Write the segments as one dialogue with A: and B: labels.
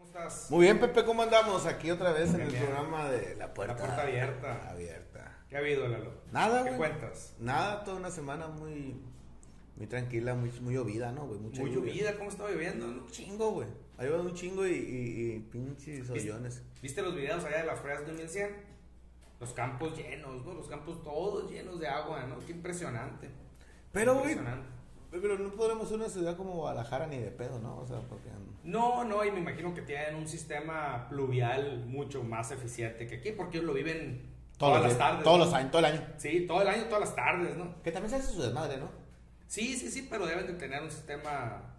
A: abiertas.
B: Muy bien, Pepe, ¿cómo andamos? Aquí otra vez en
A: Muy
B: el
A: bien.
B: programa de La Puerta,
A: La puerta abierta.
B: Abierta.
A: ¿Qué ha habido, Lalo?
B: Nada,
A: ¿Qué
B: güey.
A: cuentas?
B: Nada, toda una semana muy, muy tranquila, muy, muy llovida, ¿no, güey? Mucha
A: Muy
B: lluvia.
A: llovida, ¿cómo está lloviendo? no?
B: Un chingo, güey. Ha llovido un chingo y, y, y pinches hoyones.
A: ¿Viste los videos allá de las frías 2010? Los campos llenos, ¿no? Los campos todos llenos de agua, ¿no? Qué impresionante.
B: Pero, güey,
A: Impresionante.
B: pero no podremos ser una ciudad como Guadalajara ni de pedo, ¿no? O sea, porque...
A: No, no, y me imagino que tienen un sistema pluvial mucho más eficiente que aquí, porque ellos lo viven todas
B: Todos los
A: las
B: días,
A: tardes.
B: Todos
A: ¿no?
B: los años, todo el año.
A: Sí, todo el año, todas las tardes, ¿no?
B: Que también se hace su desmadre, ¿no?
A: Sí, sí, sí, pero deben de tener un sistema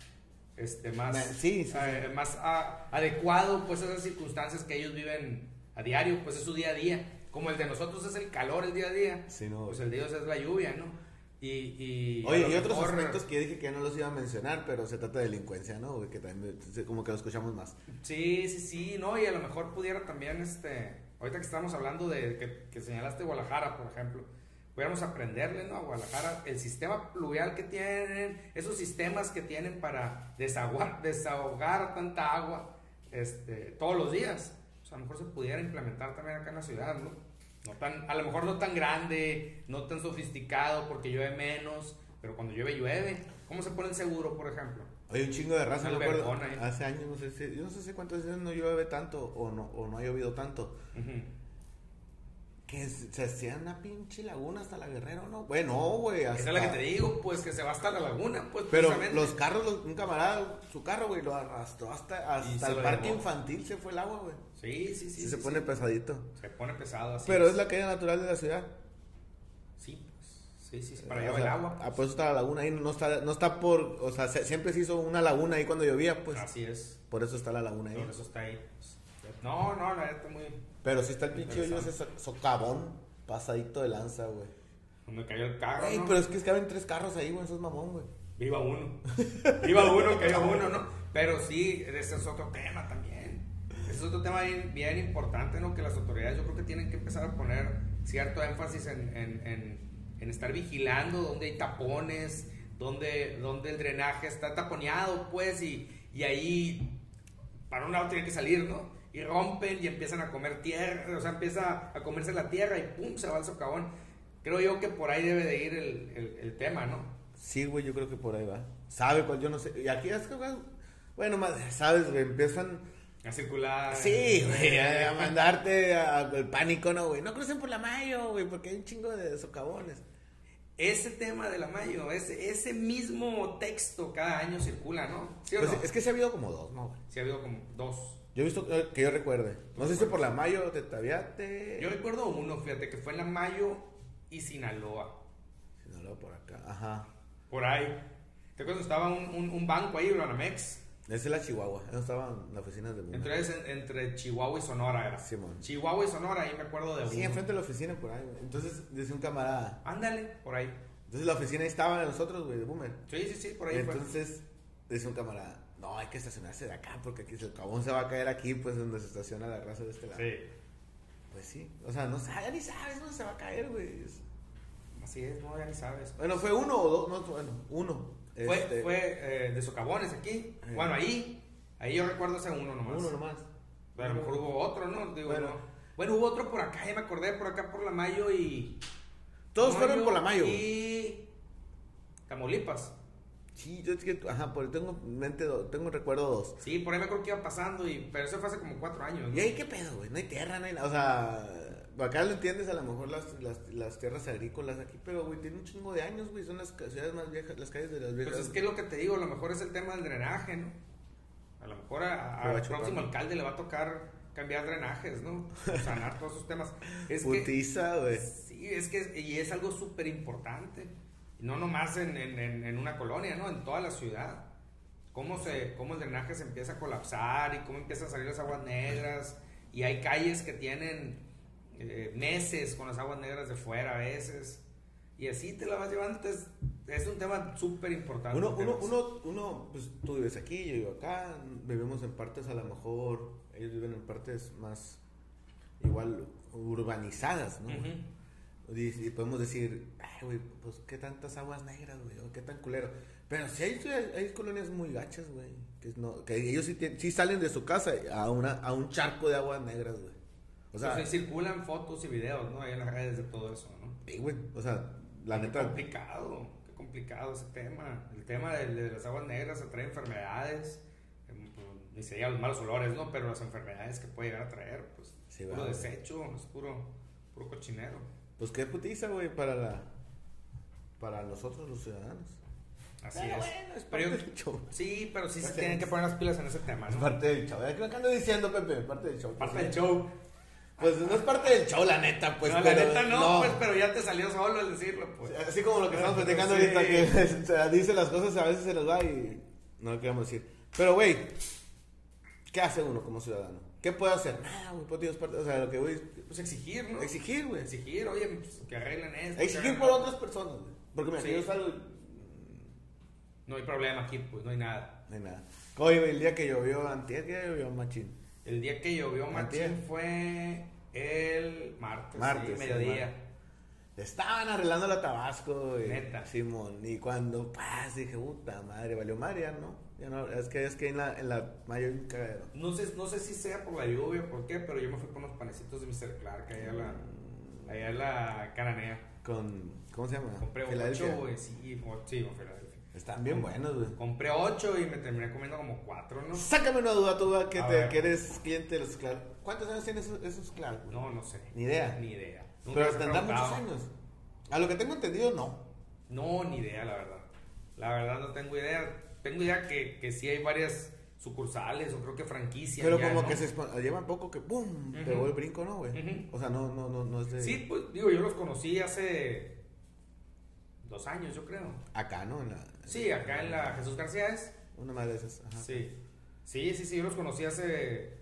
A: este, más,
B: Ma- sí, sí,
A: eh, más ah, adecuado pues, a esas circunstancias que ellos viven a diario, pues es su día a día. Como el de nosotros es el calor el día a día,
B: Sí, no,
A: pues
B: güey.
A: el de ellos es la lluvia, ¿no? Y, y a
B: Oye,
A: lo
B: y otros
A: mejor-
B: aspectos que yo dije que ya no los iba a mencionar, pero se trata de delincuencia, ¿no? Güey? Que también se- como que lo escuchamos más.
A: Sí, sí, sí, no, y a lo mejor pudiera también, este, ahorita que estamos hablando de que, que señalaste Guadalajara, por ejemplo, pudiéramos aprenderle, ¿no? A Guadalajara, el sistema pluvial que tienen, esos sistemas que tienen para desaguar, desahogar tanta agua, este, todos los días. O sea, a lo mejor se pudiera implementar también acá en la ciudad, ¿no? No tan, a lo mejor no tan grande, no tan sofisticado, porque llueve menos, pero cuando llueve, llueve. ¿Cómo se pone el seguro, por ejemplo?
B: Oye, un chingo de raza,
A: Una
B: me acuerdo.
A: albergona, eh.
B: Hace años, no sé si, yo no sé si cuántos años no llueve tanto o no, o no ha llovido tanto.
A: Ujú.
B: Que se se hacía una pinche laguna hasta la Guerrero, ¿no? Bueno, güey.
A: Esa
B: hasta-
A: es la que te digo, pues que se va hasta la laguna, pues
B: Pero
A: precisamente.
B: los carros, los- un camarada, su carro, güey, lo arrastró hasta,
A: Y
B: hasta
A: se
B: el
A: lo
B: parque
A: llevó.
B: infantil, se fue el agua, güey.
A: Sí, sí, sí.
B: Sí,
A: sí,
B: se
A: sí.
B: pone pesadito.
A: Se pone pesado así.
B: Pero es la caída natural de la ciudad.
A: Sí, pues, sí, sí, sí, para
B: O
A: llevar
B: sea,
A: el agua.
B: Ah, por eso está la laguna ahí, no está, no está por, o sea, se- siempre se hizo una laguna ahí cuando llovía, pues.
A: así es.
B: Por eso está la laguna ahí.
A: Por eso está ahí. pues. No, no, la neta muy...
B: Pero si está el pinche hoyo ese so- socavón, pasadito de lanza, güey.
A: Me cayó el carro,
B: Ey,
A: Ah, ¿no?
B: pero es que caben tres carros ahí, güey, eso es mamón, güey.
A: Viva uno. Viva uno, que viva uno, ¿no? Pero sí, ese es otro tema también. Ese es otro tema bien, bien importante, ¿no? Que las autoridades yo creo que tienen que empezar a poner cierto énfasis en, en- en- en estar vigilando dónde hay tapones, dónde, dónde el drenaje está taponeado, pues, y, y ahí para un lado tiene que salir, ¿no? Y rompen y empiezan a comer tierra, o sea, empieza a comerse la tierra y pum, se va al socavón. Creo yo que por ahí debe de ir el- el- el tema, ¿no?
B: Sí, güey, yo creo que por ahí va. Sabe cuál, yo no sé. Y aquí es que, güey, bueno, más, sabes, güey, empiezan.
A: A circular.
B: Sí, güey, a, a mandarte a- al pánico, no, güey. No crucen por la mayo, güey, porque hay un chingo de socavones.
A: Ese tema de la Mayo, ese, ese mismo texto cada año circula, ¿no? ¿Sí o
B: Pues,
A: no?
B: Es que se ha habido como dos, ¿no, güey?
A: Sí, ha habido como dos.
B: Yo he visto eh, que yo recuerde. No sé si por la mayo te tabiaste.
A: Yo recuerdo uno, fíjate, que fue en la Mayo y Sinaloa.
B: Si no lo por acá. Ajá.
A: Por ahí. ¿Te acuerdas? Estaba un, un- un banco ahí, Banamex.
B: Esa es la Chihuahua. No estaban en las oficinas de Buna.
A: Entonces, en- entre Chihuahua y Sonora era.
B: Mm. Simón.
A: Chihuahua y Sonora, ahí me acuerdo de uno.
B: Sí, enfrente de la oficina por ahí, güey. Entonces, dice un camarada.
A: Ándale, por ahí.
B: Entonces la oficina ahí estaba de nosotros, güey, de Boomer.
A: Sí, sí, sí, por ahí fue.
B: Entonces, dice un camarada, no, hay que estacionarse de acá, porque aquí el cabón se va a caer aquí, pues donde se estaciona la raza de este lado.
A: Sí.
B: Pues sí. O sea, no sabes, ni sabes dónde se va a caer, güey. Es-
A: Así es, no, ya ni sabes.
B: Bueno, fue uno o dos, no, bueno, uno.
A: Fue,
B: Este,
A: fue, eh, de socavones aquí.
B: Eh.
A: Bueno, ahí. Ahí yo recuerdo ese uno nomás.
B: Uno nomás.
A: Pero a lo mejor hubo otro, ¿no? Digo,
B: Bueno.
A: bueno. bueno, hubo otro por acá, ya me acordé, por acá por la Mayo y.
B: Todos
A: Mayo
B: fueron por la mayo. güey.
A: Y. Tamaulipas.
B: Sí, yo es que, ajá, porque tengo en mente, do- tengo recuerdo dos.
A: Sí, por ahí me acuerdo que iba pasando, y, pero eso fue hace como cuatro años. ¿no?
B: ¿Y ahí qué pedo, güey? No hay tierra, no hay nada. O sea, acá lo entiendes a lo mejor las, las, las tierras agrícolas aquí, pero, güey, tiene un chingo de años, güey. Son las ca- ciudades más viejas, las calles de las viejas.
A: Pues es que es lo que te digo, a lo mejor es el tema del drenaje, ¿no? A lo mejor a- a-
B: Le
A: al
B: va a chupar,
A: próximo
B: ¿no?
A: alcalde le va a tocar cambiar drenajes, ¿no? Sanar todos esos temas. Es que-
B: Putiza, güey.
A: Sí, es que y es algo súper importante. No nomás en, en- en- en una colonia, ¿no? En toda la ciudad. Cómo, se, cómo el drenaje se empieza a colapsar y cómo empiezan a salir las aguas negras. Y hay calles que tienen eh, meses con las aguas negras de fuera a veces. Y así te la vas llevando. entonces, es un tema súper importante.
B: Uno, uno,
A: Temas.
B: uno, uno, pues tú vives aquí, yo vivo acá, vivimos en partes a lo mejor, ellos viven en partes más igual urbanizadas, ¿no?
A: Ujú.
B: Y, y podemos decir, ay, güey, pues qué tantas aguas negras, güey, o qué tan culero. Pero sí hay, ciudades- hay colonias muy gachas, güey, que, no, que ellos sí, tien- sí salen de su casa a, una, a un charco de aguas negras, güey. O sea,
A: Entonces, circulan fotos y videos, ¿no? Ahí en las redes de todo eso, ¿no?
B: sí, güey, o sea, la
A: Qué
B: neta,
A: complicado, qué complicado ese tema. El tema de, de las aguas negras atrae enfermedades, em, pues, ni se diga los malos olores, ¿no? Pero las enfermedades que puede llegar a traer, pues,
B: Sí,
A: puro
B: va, güey.
A: desecho, es puro, puro cochinero.
B: pues qué putiza, güey, para la... Para nosotros los ciudadanos.
A: Así
B: Pero
A: es.
B: bueno, es
A: Pero yo-
B: parte del show.
A: sí, pero sí se
B: Gracias.
A: tienen que poner las pilas en ese tema,
B: Es
A: ¿no?
B: parte del show. ¿eh? ¿Qué ando diciendo, Pepe? Parte del show.
A: Parte del show.
B: Pues no es parte del show, la neta, pues.
A: no, la
B: pero-
A: neta no, pues, pero ya te salió solo el decirlo, pues.
B: Así como lo que estamos platicando
A: Sí.
B: ahorita, que o sea, dice las cosas, a veces se las va y no lo queremos decir. Pero, güey, ¿qué hace uno como ciudadano? ¿Qué puede hacer? Nada, güey, pues, tío, es parte- o sea, lo que voy es
A: Pues exigir, ¿no?
B: exigir, güey.
A: Exigir, oye, pues, que arreglen esto. que
B: Exigir
A: arreglen
B: por
A: lo
B: otras personas, güey. Porque, mira,
A: Sí.
B: que yo salgo
A: No hay problema aquí, pues, no hay nada.
B: No hay nada. Oye, güey, el día que llovió, antier, que llovió machín.
A: El día que llovió Machín
B: Antier.
A: fue el martes,
B: Martes,
A: sí, mediodía.
B: el Estaban arreglando la Tabasco, güey.
A: Neta.
B: Simón. Y cuando, paz, dije, puta madre, valió madre, ya no. Ya no, es que es que en la, en la mayo hay un cagadero.
A: No sé, no sé si sea por la lluvia o por qué, pero yo me fui con los panecitos de Mr. Clark allá a la, allá a la cananea.
B: Con, ¿cómo se llama?
A: Compré
B: Ah, Filadelfia.
A: ocho, güey, sí, o- sí, o Filadelfia.
B: Están bien buenos, güey.
A: Compré ocho y me terminé comiendo como cuatro, ¿no?
B: Sácame una duda, tú, güey, que,
A: A
B: te-
A: ver.
B: que eres cliente de los Clark. ¿Cuántos años tienen esos, esos Clark, güey?
A: No, no sé.
B: Ni idea.
A: Ni idea. Nunca
B: Pero
A: les he
B: tendrán muchos
A: preguntado.
B: años. A lo que tengo entendido, no.
A: No, ni idea, la verdad. La verdad no tengo idea. Tengo idea que, que sí hay varias sucursales o creo que franquicias.
B: Pero
A: ya,
B: como
A: ¿no?
B: que se expo- llevan poco que ¡pum!
A: Ujú.
B: Pegó el brinco, ¿no, güey?
A: Ujú.
B: O sea, no, no, no, no es de.
A: Sí, pues digo, yo los conocí hace dos años, yo creo.
B: Acá, ¿no? En la-
A: Sí, acá en la Jesús García es.
B: Una madre de esas. Ajá.
A: Sí. Sí, sí, sí, yo los conocí hace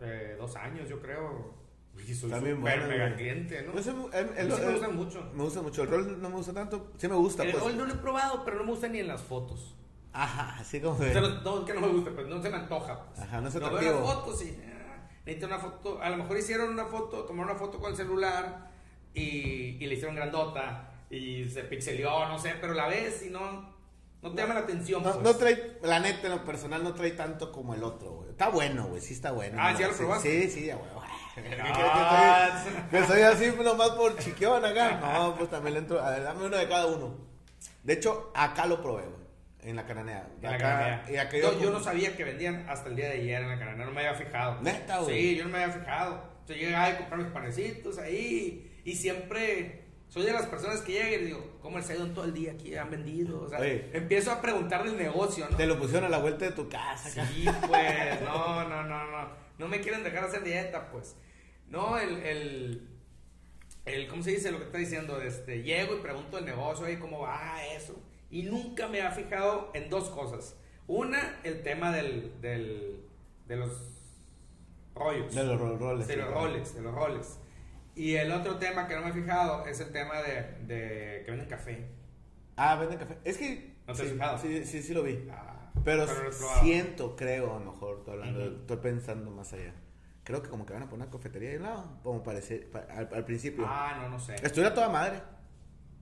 A: eh, dos años, yo creo. Y soy
B: También
A: súper
B: bueno,
A: mega
B: güey.
A: cliente, ¿no?
B: Yo soy mu- em, el- el-
A: A mí sí me
B: el-
A: gusta mucho.
B: Me gusta mucho. El rol no me gusta tanto. Sí me gusta,
A: El
B: pues.
A: rol no lo he probado, pero no me gusta ni en las fotos.
B: Ajá, así como
A: O
B: que.
A: sea, no, no, es que no me gusta, pues no se me antoja. pues.
B: Ajá, no es
A: Lo veo en
B: atractivo.
A: las fotos y ah, necesito una foto. A lo mejor hicieron una foto, tomaron una foto con el celular y, y le hicieron grandota y se pixelió, no sé, pero la ves y no, no te llama la atención.
B: No,
A: pues.
B: no trae, la neta, en lo personal, no trae tanto como el otro, güey. Está bueno, güey, sí está bueno.
A: Ah,
B: no
A: ¿ya
B: más,
A: lo
B: sí.
A: probaste?
B: Sí, sí, ya, güey. ¿Qué crees
A: Ah,
B: Que soy, que soy así nomás por chiquión acá. No, pues también le entro. A ver, dame uno de cada uno. De hecho, acá lo probé, güey. En la cananea.
A: En la
B: Acá-
A: cananea.
B: y acá
A: yo,
B: iba
A: yo
B: con-
A: no sabía que vendían hasta el día de ayer en la cananea, no me había fijado.
B: Neta, güey.
A: Sí, yo no me había fijado. Yo llegaba y compraba mis panecitos ahí y siempre soy de las personas que llegan y digo, ¿cómo les ha ido en todo el día aquí? ¿Han vendido? O sea,
B: Oye.
A: empiezo a preguntar del negocio, ¿no?
B: Te lo pusieron a la vuelta de tu casa, acá.
A: Sí, pues, no, no, no, no. No me quieren dejar hacer dieta, pues. No, el, el, el ¿cómo se dice lo que está diciendo? Este, llego y pregunto el negocio, oye, ¿cómo va eso? Y nunca me ha fijado en dos cosas. Una, el tema del, del, de los rollos.
B: De los ro- roles.
A: De los roles, de los roles. Y el otro tema que no me he fijado es el tema de, de que venden café.
B: Ah, venden café. Es que.
A: ¿No te has
B: sí,
A: fijado?
B: Sí, sí, sí lo vi.
A: Ah,
B: Pero,
A: no lo he probado.
B: siento, creo, a lo mejor, estoy, hablando,
A: Ujú.
B: estoy pensando más allá. Creo que como que van a poner una cafetería de un lado, como parece, pa- al, al principio.
A: Ah, no, no sé.
B: Estuviera toda madre.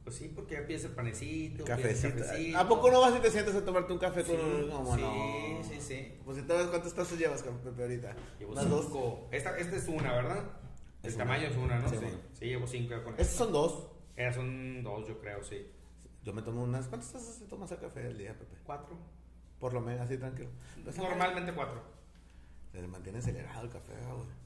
A: Pues sí, porque ya pides el panecito, pides el
B: Cafecito. ¿A poco no vas y te sientas a tomarte un café
A: Sí,
B: con un como
A: sí,
B: no?
A: sí, sí.
B: Pues entonces, ¿cuántas tazas llevas, con Pepe, ahorita?
A: Llevo
B: Unas dos.
A: cinco. Esta, esta es una, ¿verdad? El
B: Es una.
A: tamaño es una, ¿no?
B: Sí,
A: Sí,
B: bueno.
A: sí llevo cinco ya con
B: Estas
A: esta.
B: son dos.
A: Eran son dos, yo creo, sí.
B: Yo me tomo unas. ¿Cuántas tazas te tomas al café al día, Pepe?
A: ¿Cuatro?
B: Por lo menos, así tranquilo. Pues,
A: Normalmente cuatro.
B: Se mantiene acelerado el café, ah, güey.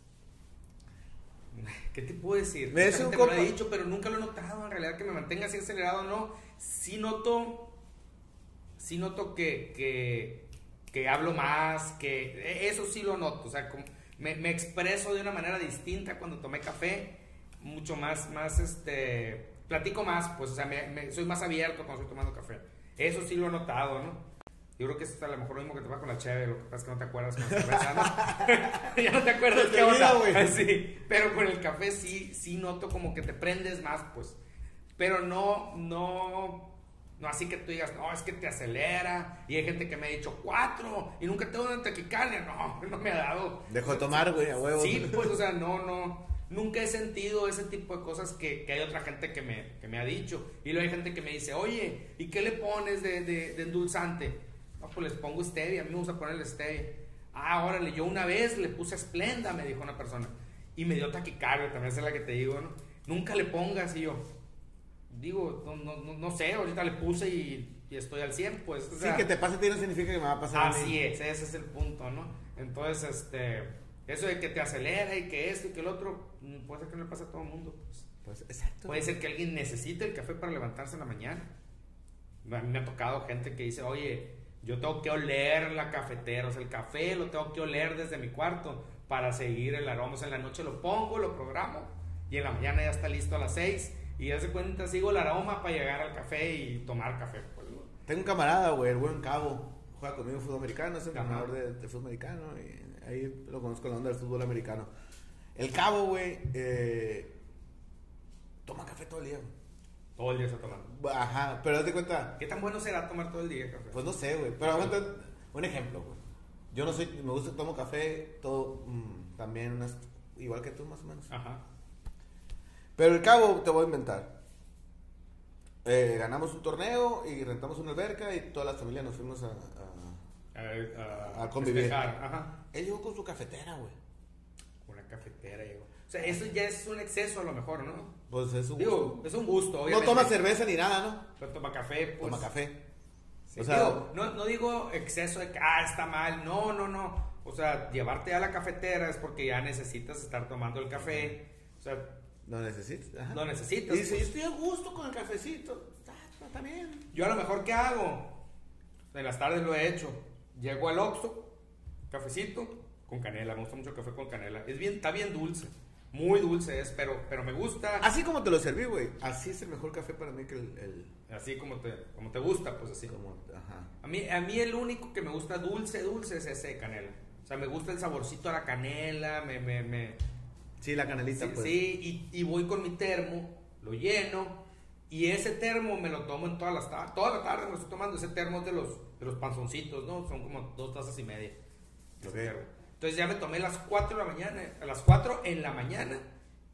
A: ¿Qué te puedo decir?
B: Me
A: Mucha
B: decía un
A: gente me lo
B: compa-
A: he dicho, pero nunca lo he notado. En realidad, que me mantenga así acelerado o no. Sí noto. Sí noto que, que, que hablo más, que e- eso sí lo noto. O sea, como- me, me expreso de una manera distinta cuando tomé café. Mucho más, más este. Platico más, pues, o sea, me- me- soy más abierto cuando estoy tomando café. Eso sí lo he notado, ¿no? Yo creo que eso es a lo mejor lo mismo que te pasa con la cheve, lo que pasa es que no te acuerdas con la cerveza, ¿no? ya no te acuerdas
B: Se te
A: qué onda.
B: olvida, güey.
A: Sí, Pues pero con el café sí, sí noto como que te prendes más, pues. Pero no, no, no así que tú digas, no, es que te acelera. Y hay gente que me ha dicho cuatro y nunca tengo una taquicardia. No, no me ha dado.
B: Dejó de tomar, güey, a huevo.
A: Sí, pues, o sea, no, no. nunca he sentido ese tipo de cosas que, que hay otra gente que me, que me ha dicho. Y luego hay gente que me dice, oye, ¿y qué le pones de, de- de endulzante? No, pues les pongo stevia, a mí me gusta ponerle stevia. Ah, órale, yo una vez le puse esplenda, me dijo una persona. Y me dio taquicardia, también esa es la que te digo, ¿no? Nunca le pongas, y yo, digo, no, no, no, no sé, ahorita le puse y, y estoy al 100, pues. o
B: Sí,
A: sea,
B: que te pase a ti no significa que me va a pasar a
A: Así
B: mí.
A: es, ese es el punto, ¿no? Entonces, este, eso de que te acelera y que esto y que el otro, mm, puede ser que no le pase a todo el mundo. pues.
B: Pues, exacto.
A: Puede ser que alguien necesite el café para levantarse en la mañana. A mí me ha tocado gente que dice, oye, yo tengo que oler la cafetera, o sea, el café lo tengo que oler desde mi cuarto para seguir el aroma. O sea, en la noche lo pongo, lo programo y en la mañana ya está listo a las 6 y ya se cuenta, sigo el aroma para llegar al café y tomar café. pues, ¿no?
B: Tengo un camarada, güey, el buen Cabo. Juega conmigo fútbol americano, es
A: Ajá.
B: entrenador de, de fútbol americano. Y ahí lo conozco en la onda del fútbol americano. El Cabo, güey, eh, toma café todo el día. güey.
A: Todo el día está tomando.
B: Ajá, pero date cuenta.
A: ¿Qué tan bueno será tomar todo el día café?
B: Pues no sé, güey. Pero aguanta un ejemplo, güey. Yo no soy, me gusta, tomo café, todo, mm, también unas, igual que tú más o menos.
A: Ajá.
B: Pero el cabo te voy a inventar. Eh, ganamos un torneo y rentamos una alberca y todas las familias nos fuimos a... a-
A: A, ver, a-
B: A convivir.
A: festejar, Ajá.
B: Él llegó con su cafetera, güey.
A: Una cafetera, digo. O sea, eso ya es un exceso a lo mejor, ¿no?
B: Pues es un...
A: Digo, es un gusto,
B: no
A: obviamente.
B: toma cerveza ni nada, ¿no?
A: Pero toma café, pues.
B: toma café.
A: Sí,
B: o sea-
A: digo, no, no digo exceso de que, ah, está mal. No, no, no. O sea, llevarte a la cafetera es porque ya necesitas estar tomando el café. O sea,
B: Lo necesitas. Ajá.
A: Lo
B: Y
A: necesitas,
B: dice,
A: pues.
B: yo estoy a gusto con el cafecito. Ah, está- está bien.
A: yo a lo mejor, ¿qué hago? En las tardes lo he hecho. Llego al Oxxo, cafecito con canela. Me gusta mucho el café con canela. Es bien, está bien dulce. Muy dulce es, pero, pero me gusta.
B: Así como te lo serví, güey. Así es el mejor café para mí que el... el-
A: Así como te, como te gusta, pues así.
B: como, ajá.
A: A mí, a mí el único que me gusta dulce, dulce es ese de canela. O sea, me gusta el saborcito a la canela, me... me, me
B: Sí, la canelita,
A: sí,
B: pues.
A: sí, y, y voy con mi termo, lo lleno, y ese termo me lo tomo en todas las tardes. Toda la tarde me lo estoy tomando. Ese termo es de los, de los panzoncitos, ¿no? Son como dos tazas y media. ese
B: Ok.
A: termo. Entonces ya me tomé las 4 de la mañana, a las 4 en la mañana,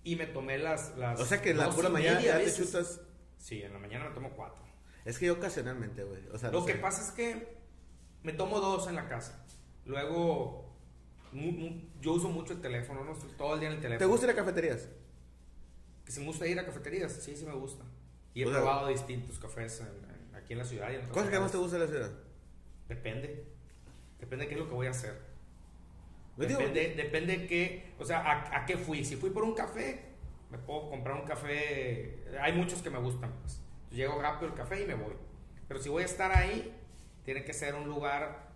A: y me tomé las... las
B: O sea que en la
A: dos
B: pura
A: y
B: mañana
A: media
B: ya
A: a
B: te
A: veces.
B: chutas...
A: Sí, en la mañana me tomo cuatro.
B: Es que yo ocasionalmente, güey. O sea,
A: Lo
B: no
A: que
B: sé.
A: pasa es que me tomo dos en la casa. Luego, mu- mu- yo uso mucho el teléfono, ¿no? Estoy todo el día en el teléfono.
B: ¿Te gustan las cafeterías?
A: Que si me gusta ir a cafeterías, sí, sí me gusta. Y he
B: O sea-
A: probado distintos cafés en- en- aquí en la ciudad. y en otros
B: ¿Cuál es que más
A: lugares.
B: te gusta de la ciudad?
A: Depende. Depende de qué es lo que voy a hacer.
B: Yo digo,
A: Depende, depende de qué, o sea, a, a qué fui. Si fui por un café, me puedo comprar un café. Hay muchos que me gustan. pues. Llego rápido el café y me voy. Pero si voy a estar ahí, tiene que ser un lugar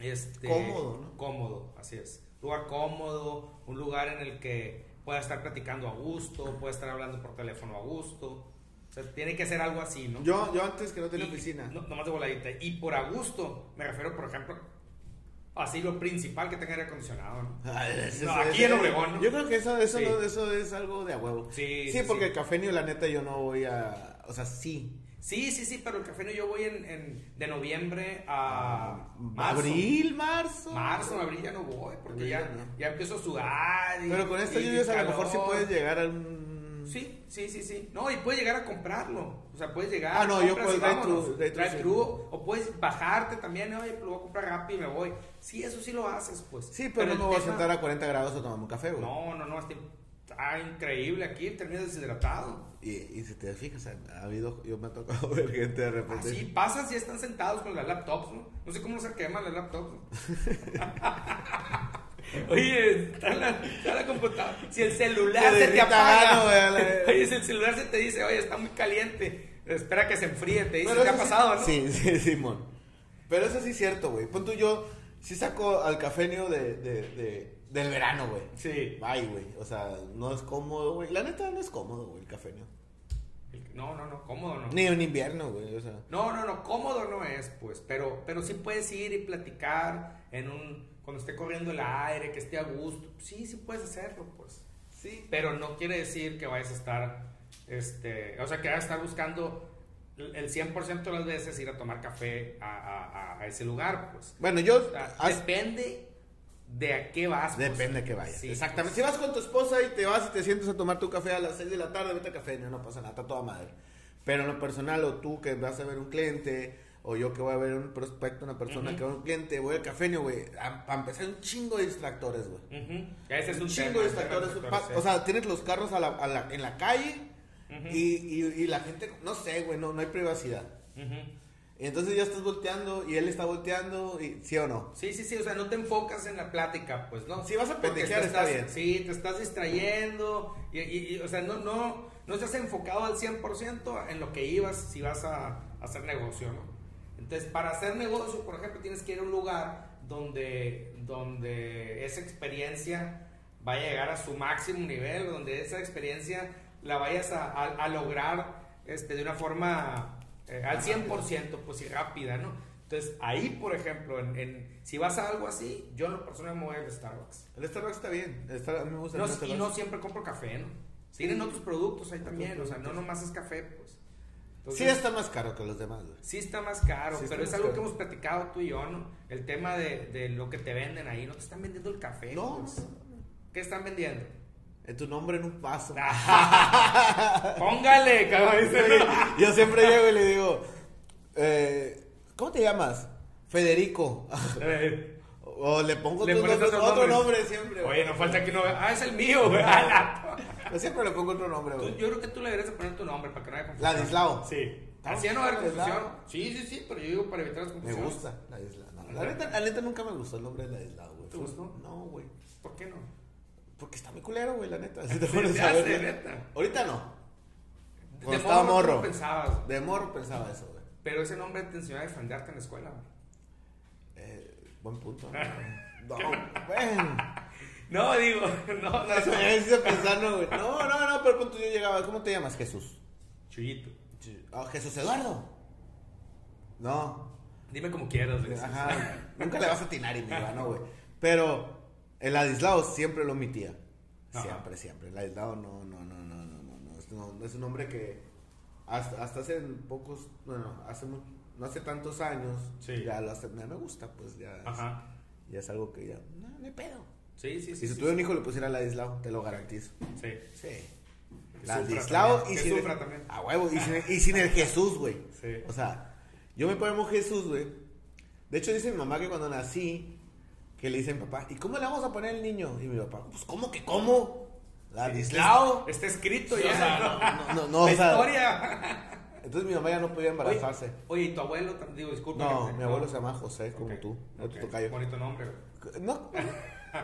A: este,
B: Cómodo, ¿no?
A: Cómodo, así es. Lugar cómodo, un lugar en el que pueda estar platicando a gusto, pueda estar hablando por teléfono a gusto. O sea, tiene que ser algo así, ¿no?
B: yo, yo antes que no tenía
A: Y-
B: oficina.
A: No, nomás de voladita. Y por a gusto, me refiero, por ejemplo, así lo principal que tenga aire acondicionado. ¿no?
B: Ay, eso-
A: No,
B: eso-
A: aquí en Obregón, ¿no?
B: Yo creo que eso, eso,
A: Sí.
B: no- eso es algo de a huevo.
A: Sí,
B: Sí,
A: sí,
B: porque
A: sí.
B: el café ni la neta yo no voy a. O sea, sí.
A: Sí, sí, sí, pero el café no yo voy en, en- de noviembre a Ah, marzo.
B: Ah, Abril, marzo.
A: Marzo, abril ya no voy, porque
B: Abril
A: ya,
B: ya no.
A: ya empiezo a sudar. y-
B: Pero con estas
A: y
B: lluvias a lo
A: calor.
B: mejor sí puedes llegar a un.
A: Sí, sí, sí, sí. No, y puedes llegar a comprarlo. O sea, puedes llegar.
B: Ah, no, yo
A: compras
B: puedo
A: y
B: drive-thru,
A: vámonos.
B: drive-thru,
A: Drive-thru,
B: sí.
A: O puedes bajarte también, oye, lo voy a comprar rápido y me voy. Sí, eso sí lo haces, pues.
B: Sí, pero, no me voy
A: el
B: a
A: tema-
B: sentar a 40 grados a tomar un café, güey.
A: No, no, no, este- está increíble aquí, terminas deshidratado.
B: Y, y si te fijas, ha, ha habido. Yo me ha tocado ver gente Pues de repente.
A: Así pasas y están sentados con las laptops, ¿no? No sé cómo se queman las laptops. ¿no? Oye, está la, está la computadora. Si el celular
B: Se
A: se, te
B: derrita
A: apaga.
B: gano, güey, a la-
A: Oye, si el celular se te dice, oye, está muy caliente. Espera que se enfríe, te dice,
B: Pero
A: ¿te ha
B: eso sí-
A: pasado, no?
B: Sí, sí, Simón. Pero eso sí es cierto, güey. Punto yo sí saco al cafenio de, de, de- del verano, güey.
A: Sí.
B: Ay, güey. O sea, no es cómodo, güey. La neta no es cómodo, güey, el cafenio.
A: No, no, no, cómodo no.
B: Ni en invierno, güey. O sea,
A: No, no, no, cómodo no es, pues, pero, pero sí puedes ir y platicar en un, cuando esté corriendo el aire, que esté a gusto, sí, sí puedes hacerlo, pues. Sí. Pero no quiere decir que vayas a estar, este, o sea, que vayas a estar buscando el el 100% de las veces ir a tomar café a, a- a- a ese lugar, pues.
B: bueno, yo.
A: O sea,
B: as-
A: depende de a qué vas. pues.
B: Ah, Depende de que vayas.
A: Sí, pues.
B: Exactamente. Si vas con tu esposa y te vas y te sientes a tomar tu café a las 6 de la tarde, vete a café, no, no pasa nada, está toda madre. Pero en lo personal, o tú que vas a ver un cliente, o yo que voy a ver un prospecto, una persona que va a un cliente, voy al café, güey. A, a empezar, un chingo de distractores, güey.
A: Ujú. Ese es
B: un
A: un tema, ese
B: chingo de
A: es
B: distractores.
A: otro
B: un
A: tema,
B: pa-
A: sí.
B: O sea, tienes los carros a la- a la- en la calle y, y- y la gente, no sé, güey, no, no hay privacidad.
A: Ujú.
B: Entonces ya estás volteando y él está volteando, y, ¿sí o no?
A: Sí, sí, sí, o sea, no te enfocas en la plática, pues no.
B: Si vas a
A: Porque
B: pendejear,
A: te
B: está
A: estás-
B: bien.
A: Sí, te estás distrayendo, y, y- y, o sea, no, no, no estás enfocado al 100% en lo que ibas si vas a, a hacer negocio, ¿no? Entonces, para hacer negocio, por ejemplo, tienes que ir a un lugar donde, donde esa experiencia va a llegar a su máximo nivel, donde esa experiencia la vayas a, a- a lograr este, de una forma eh, al 100%, pues y rápida, ¿no? Entonces, ahí, por ejemplo, en, en- si vas a algo así, yo en lo personal me voy al Starbucks.
B: El Starbucks está bien. el Starbucks- a mí me gusta
A: No,
B: Pues, el
A: y
B: Starbucks.
A: no siempre compro café, ¿no? Tienen otros productos ahí también, o sea, no nomás es café, pues.
B: sí
A: Entonces,
B: está más caro que los demás, güey.
A: sí está más caro,
B: Sí está
A: pero es
B: más
A: algo
B: caro.
A: que hemos platicado tú y yo, ¿no? El tema de, de lo que te venden ahí, no te están vendiendo el café.
B: No,
A: pues. ¿Qué están vendiendo?
B: en tu nombre en un vaso.
A: Ah. Póngale, cabrón, dice el-
B: Yo siempre llego y le digo, eh, ¿cómo te llamas? Federico. o le pongo
A: Le
B: otro
A: pones
B: nombre,
A: otro
B: otro
A: nombre.
B: nombre siempre. güey.
A: Eh, Oye, no falta que no vea. Ah, es el mío, güey. A
B: Ah,
A: la to-
B: Yo siempre le pongo otro nombre,
A: Tú-
B: güey.
A: Yo creo que tú le deberías de poner tu nombre para que no haya confusión.
B: Ladislao.
A: Sí.
B: Ah,
A: Así ya no va a haber
B: Ladislao.
A: confusión. Sí, sí, sí, pero yo digo para evitar las
B: Me
A: confusiones.
B: gusta Ladislao. No, la, neta, la neta nunca me gustó el nombre de Ladislao, güey.
A: ¿Te gustó?
B: No, güey.
A: ¿Por qué no?
B: Porque está muy culero, güey, la neta. Si te
A: Sí,
B: pones
A: se
B: a
A: hace,
B: ver,
A: neta.
B: Ahorita no. Cuando
A: De
B: estaba
A: morro tú
B: morro.
A: no pensabas,
B: De morro pensaba eso, güey.
A: pero ese nombre te enseñó a defenderte en la escuela. güey.
B: Eh, buen punto. No, no güey.
A: No, digo, no, no.
B: Eso me hizo pensar, no, güey. No, no, no, pero cuando yo llegaba, ¿cómo te llamas, Jesús?
A: Chuyito.
B: Ah, Jesús Eduardo. No.
A: Dime como quieras, güey.
B: Ah, Ajá. Nunca le vas a atinar y me iba, no, güey. Pero el Adislao siempre lo omitía.
A: Ajá.
B: Siempre, siempre. El Adislao no, no, no, no, no, no, no. Es, no, es un hombre que hasta, hasta hace pocos, bueno, hace mu- no hace tantos años,
A: Sí.
B: ya lo hace, ya me gusta, pues ya, es-
A: Ajá.
B: ya es algo que ya, no, no hay pedo.
A: Sí, sí, sí.
B: Y si
A: sí,
B: tuviera un hijo le pusiera Ladislao, te lo garantizo.
A: sí.
B: Sí.
A: Que
B: Ladislao
A: sufra
B: y
A: también,
B: sin,
A: que
B: el,
A: sufra también.
B: a huevo, y, sin, el- y sin el Jesús, güey.
A: Sí.
B: O sea, yo me pongo Jesús, güey. De hecho, dice mi mamá que cuando nací, que le dice a mi papá, ¿y cómo le vamos a poner al niño? Y mi papá, pues, ¿cómo que cómo? Ladislao.
A: Está escrito
B: O
A: ya.
B: sea,
A: ¿no?
B: no, no, no, o
A: La
B: sea,
A: historia.
B: Entonces mi mamá ya no
A: Oye,
B: podía embarazarse.
A: Oye, ¿y tu abuelo? tam- Digo, disculpa.
B: No,
A: que te-
B: mi abuelo se llama José, como
A: Ok,
B: tú. No
A: ok.
B: te tocayo.
A: Bonito nombre, güey.
B: No,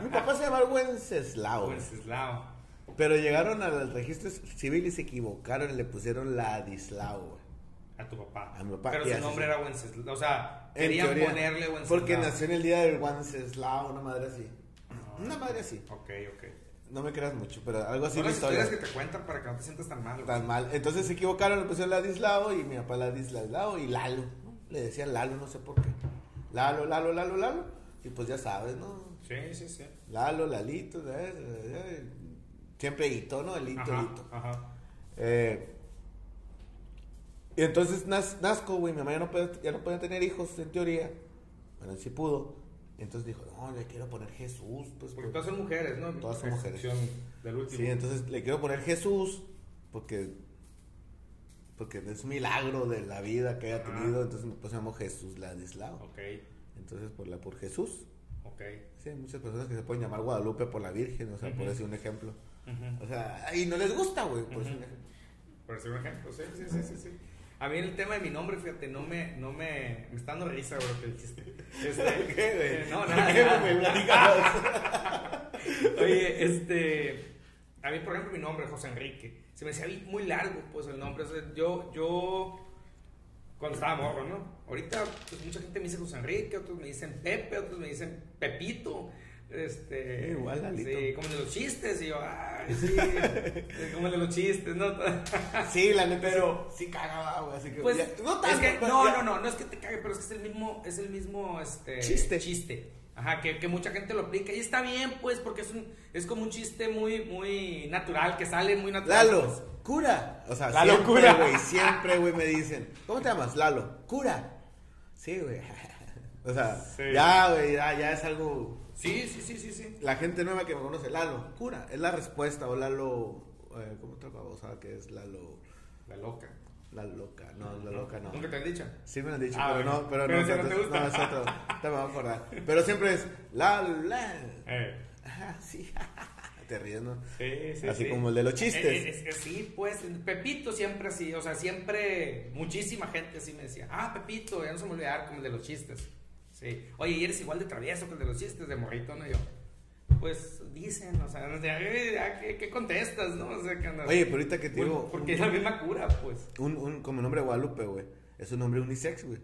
B: mi papá se llama Wenceslao. güey.
A: Wenceslao.
B: Pero llegaron al registro civil y se equivocaron y le pusieron Ladislao, güey.
A: A tu papá.
B: A mi papá,
A: Pero
B: y
A: su
B: así
A: nombre
B: se-
A: era Wenceslao. O sea,
B: En
A: querían
B: teoría,
A: ponerle Wenceslao.
B: Porque nació en el día del Wenceslao, una madre así. Una madre así.
A: Ok, ok.
B: No me creas mucho, pero algo así
A: Son
B: la
A: las historias
B: historia.
A: que te cuentan para que no te sientas tan mal. güey.
B: Tan mal. Entonces se equivocaron, le pusieron Ladislao y mi papá Ladislao y Lalo. ¿no? Le decían Lalo, no sé por qué. Lalo, Lalo, Lalo, Lalo. Y pues ya sabes, ¿no?
A: Sí, sí, sí.
B: Lalo, Lalito, ¿sabes? Eh, Siempre Hito, ¿no? El Hito,
A: Ajá,
B: Hito.
A: ajá.
B: Eh, y entonces naz- nazco, güey, mi mamá ya no, puede, ya no podía tener hijos, en teoría. Bueno, sí pudo. Entonces dijo, no, le quiero poner Jesús. Pues,
A: Porque
B: pues".
A: todas son mujeres, ¿no?
B: Todas son
A: A
B: mujeres.
A: excepción Del último.
B: Sí, entonces le quiero poner Jesús porque, porque es un milagro de la vida que haya
A: Ajá.
B: tenido. Entonces me pusimos Jesús Ladislao.
A: Ah. Ok,
B: Entonces por la por Jesús.
A: ok.
B: Sí, hay muchas personas que se pueden llamar Guadalupe por la Virgen, o sea, por
A: Ujú.
B: decir un ejemplo.
A: Ujú.
B: O sea, y no les gusta, güey, por decir un ejemplo.
A: Por decir un ejemplo, sí, sí, sí, sí, sí. A mí el tema de mi nombre, fíjate, no me, no me, me está dando risa, bro, que dijiste. Este, eh, No, nada,
B: ¿Qué,
A: nada.
B: güey? Platícanos.
A: Oye, este, a mí, por ejemplo, mi nombre, José Enrique, se me hacía muy largo, pues, el nombre. O sea, yo, yo, cuando estaba morro, ¿no? Ahorita, pues, mucha gente me dice José Enrique, otros me dicen Pepe, otros me dicen Pepito. Este,
B: Sí, igual, Lalito.
A: sí, como de los chistes, y yo, ay, sí, como de los chistes, ¿no?
B: Sí, la neta, pero sí cagaba, güey, así que...
A: Pues,
B: ya- no tanto,
A: es que-
B: pero
A: no,
B: ya-
A: no, no, no es que te cague, pero es que es el mismo, es el mismo, este,
B: Chiste.
A: Ajá, que, que mucha gente lo aplica y está bien, pues, porque es un, es como un chiste muy, muy natural, que sale muy natural. pues.
B: Lalo, cura. O sea,
A: La
B: siempre,
A: locura.
B: güey, siempre, güey, me dicen, ¿cómo te llamas? Lalo, cura. Sí, güey. O sea,
A: Sí.
B: ya, güey, ya, ya es algo
A: Sí, sí, sí, sí, sí.
B: La gente nueva que me conoce, la locura, es la respuesta, o Lalo, eh, ¿cómo otra cosa que es Lalo?
A: La loca.
B: La loca, no, la loca no.
A: ¿Nunca te han dicho?
B: Sí me lo han dicho,
A: Ah,
B: pero
A: bueno.
B: no, pero,
A: Pero
B: no,
A: ese no te
B: entonces-
A: gusta.
B: no, es otro, te me voy a acordar. Pero siempre es la la.
A: Eh,
B: Ah, sí. Te ríes, ¿no?
A: sí, sí,
B: Así
A: sí.
B: como el de los chistes.
A: Eh, eh, es que sí, pues, Pepito siempre así, o sea, siempre muchísima gente así me decía, ah, Pepito, ya no se me olvidar como el de los chistes. Sí. Oye, y eres igual de travieso que el de los chistes, de morrito, ¿no? Y Yo, pues, dicen, o sea, no sé, "Eh, ¿a ¿qué, qué contestas, no? O sea, que andas-
B: Oye, pero ahorita que te
A: Pues,
B: digo,
A: porque es la misma cura, pues.
B: un, un, como nombre Guadalupe, güey, es un nombre unisex, güey.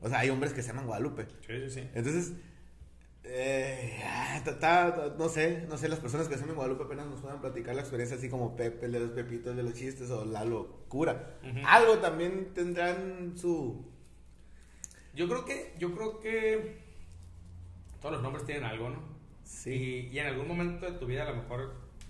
B: O sea, hay hombres que se llaman Guadalupe.
A: Sí, sí, sí.
B: Entonces, eh, ah, ta- ta- no sé, no sé, las personas que son en Guadalupe apenas nos puedan platicar la experiencia así como Pepe, el de los Pepitos, el de los chistes o la locura. Algo también tendrán su...
A: Yo creo que, yo creo que todos los nombres tienen algo, ¿no?
B: Sí.
A: Y, y en algún momento de tu vida a lo mejor